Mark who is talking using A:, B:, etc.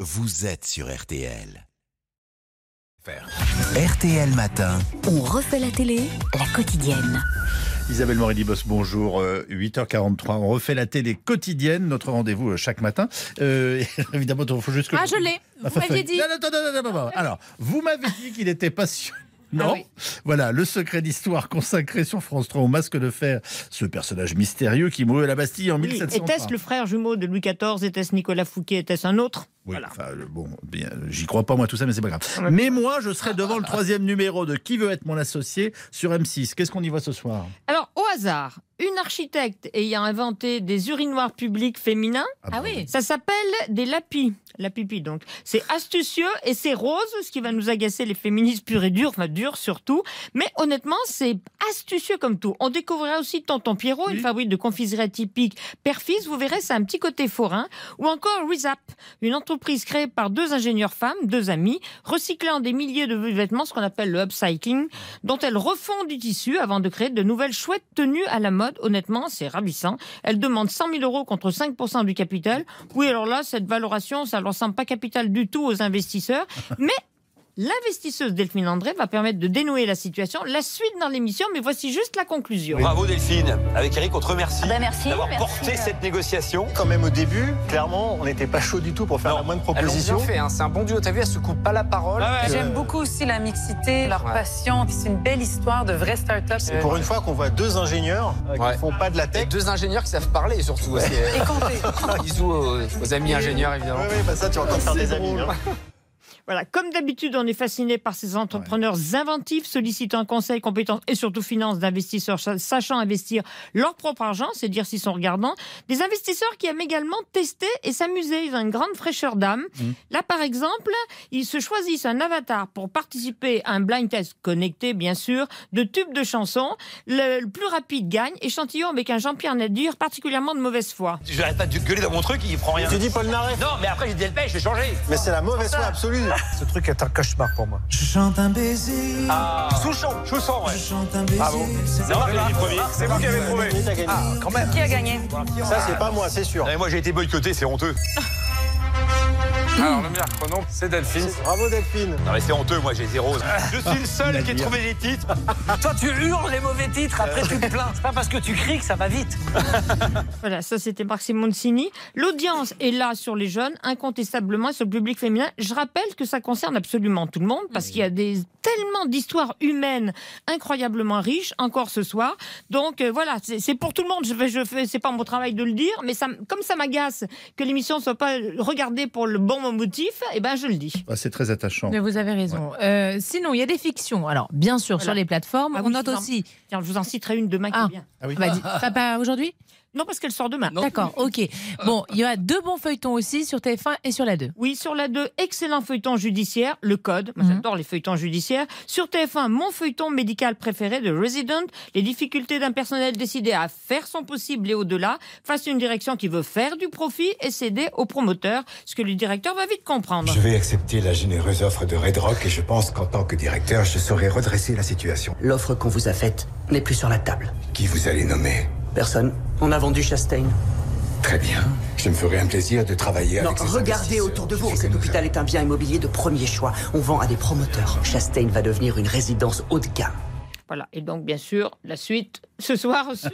A: vous êtes sur RTL. RTL Matin.
B: On refait la télé, la quotidienne.
C: Isabelle Morilibos, bonjour. Euh, 8h43, on refait la télé quotidienne, notre rendez-vous euh, chaque matin. Euh, évidemment, il faut juste que...
D: Ah, je l'ai.
C: Ah,
D: Vous m'aviez dit.
C: Non, non, non, non, non, non, non. Alors, vous m'avez dit qu'il était passionnant.
D: Ah oui.
C: Voilà, le secret d'histoire consacré sur France 3 au masque de fer, ce personnage mystérieux qui mourut à la Bastille en
E: Oui,
C: 1703.
E: Était-ce le frère jumeau de Louis XIV Était-ce Nicolas Fouquet Était-ce un autre
C: Oui,
E: Voilà.
C: enfin, le- bon, bien, j'y crois pas moi tout ça, mais c'est pas grave. Mais moi, je serai devant le troisième numéro de Qui veut être mon associé sur M6. Qu'est-ce qu'on y voit ce soir
E: Alors, au hasard, une architecte ayant inventé des urinoirs publics féminins,
D: Ah
C: bon.
D: oui.
E: ça s'appelle des lapis. La pipi, donc. C'est astucieux et c'est rose, ce qui va nous agacer les féministes purs et durs, enfin durs surtout. Mais honnêtement, c'est astucieux comme tout. On découvrira aussi Tonton Pierrot, une
C: Oui.
E: fabrique de confiserie typique Perfis. Vous verrez, c'est un petit côté forain. Ou encore Rezap, une entreprise créée par deux ingénieurs femmes, deux amies, recyclant des milliers de vêtements, ce qu'on appelle le upcycling, dont elles refont du tissu avant de créer de nouvelles chouettes tenues à la mode. Honnêtement, c'est ravissant. Elles demandent 100 000 euros contre 5% du capital. Oui, alors là, cette valoration, ça ne leur semble pas capital du tout aux investisseurs. Mais l'investisseuse Delphine André va permettre de dénouer la situation. La suite dans l'émission, mais voici juste la conclusion.
F: Bravo Delphine. Avec Eric, on te remercie
B: Ah bah merci,
F: d'avoir
B: merci,
F: porté
B: euh.
F: cette négociation.
G: Quand même au début, clairement, on n'était pas chaud du tout pour faire
F: Non.
G: la moindre
H: Elles l'ont
G: proposition.
H: bien fait, hein. c'est un bon duo, t'as vu, elle se coupe pas la parole.
F: Ah ouais.
I: J'aime beaucoup aussi la mixité, leur
H: Ouais.
I: passion. C'est une belle histoire de vraies start-up. Euh,
G: C'est pour une fois qu'on voit deux ingénieurs euh, qui
H: Ouais.
G: font pas de la
H: Et
G: tech.
H: deux ingénieurs qui savent parler surtout aussi.
I: Et compter.
H: Bisous aux, aux amis ingénieurs évidemment.
G: Oui, oui, bah ça, tu vas encore faire des amis. hein.
E: Voilà, comme d'habitude, on est fasciné par ces entrepreneurs inventifs sollicitant conseil, compétences et surtout finances d'investisseurs sa- sachant investir leur propre argent, c'est dire s'ils sont regardants. Des investisseurs qui aiment également tester et s'amuser. Ils ont une grande fraîcheur d'âme. Là, par exemple, ils se choisissent un avatar pour participer à un blind test connecté, bien sûr, de tubes de chansons. Le, le plus rapide gagne. Échantillon avec un Jean-Pierre Nadir particulièrement de mauvaise foi.
F: J'arrête pas de gueuler dans mon truc, il prend rien.
G: Tu dis Paul Naref,
F: Non, mais après j'ai dit pêche, j'ai changé.
G: mais c'est la mauvaise foi absolue.
H: Ce truc est un cauchemar pour moi.
J: Je chante un baiser,
F: Ah. Souchon, Chaussant, ouais.
J: je chante un baiser.
H: Bravo.
F: C'est moi qui l'ai dit premier.
H: C'est vous qui avez trouvé.
G: Et t'as gagné.
H: Ah, quand même.
I: Qui a gagné
G: Ça, c'est pas moi, c'est sûr.
F: Non, mais moi j'ai été boycotté, c'est honteux.
H: Alors le meilleur pronom, c'est Delphine.
G: Bravo Delphine.
F: Non mais c'est honteux, moi j'ai été rose. Je suis le seul qui ait trouvé les titres.
I: Toi, tu hurles les mauvais titres, après tu te plains. C'est pas parce que tu cries que ça va vite.
E: Voilà, ça c'était Maximoncini. L'audience est là sur les jeunes, incontestablement, et sur le public féminin. Je rappelle que ça concerne absolument tout le monde, parce qu'il y a des, tellement d'histoires humaines incroyablement riches, encore ce soir. Donc euh, voilà, c'est c'est pour tout le monde. Je fais, je fais, c'est pas mon travail de le dire, mais ça, m- comme ça m'agace que l'émission soit pas regardée pour le bon motif, eh ben je le dis.
C: Ah, C'est très attachant.
K: Mais vous avez raison. Euh, sinon, il y a des fictions. Alors, bien sûr,
E: Voilà.
K: sur les plateformes,
E: Ah
K: on
E: oui,
K: note
E: je vous en-
K: aussi.
E: Tiens, je vous en citerai une demain qui
K: Ah.
E: est bien.
C: Ah oui.
K: Bah, dis- papa, aujourd'hui
E: Non, parce qu'elle sort demain.
K: D'accord, ok. Bon, il y a deux bons feuilletons aussi sur TF1 et sur la 2.
E: Oui, sur la 2, excellent feuilleton judiciaire, Le Code. Moi,
K: Mhm.
E: j'adore les feuilletons judiciaires. Sur TF1, mon feuilleton médical préféré de Resident, les difficultés d'un personnel décidé à faire son possible et au-delà, face à une direction qui veut faire du profit et céder aux promoteurs, ce que le directeur va vite comprendre.
J: vais accepter la généreuse offre de Red Rock et je pense qu'en tant que directeur, je saurai redresser la situation.
I: L'offre qu'on vous a faite n'est plus sur la table.
J: Qui vous allez nommer
I: Personne. On a vendu Chastain.
J: Très bien. Je me ferai un plaisir de travailler
I: Non, regardez
H: euh,
I: autour de vous. Cet hôpital est un bien immobilier de premier choix. On vend à des promoteurs. Chastain va devenir une résidence haut de gamme.
E: Voilà. Et donc, bien sûr, la suite ce soir sur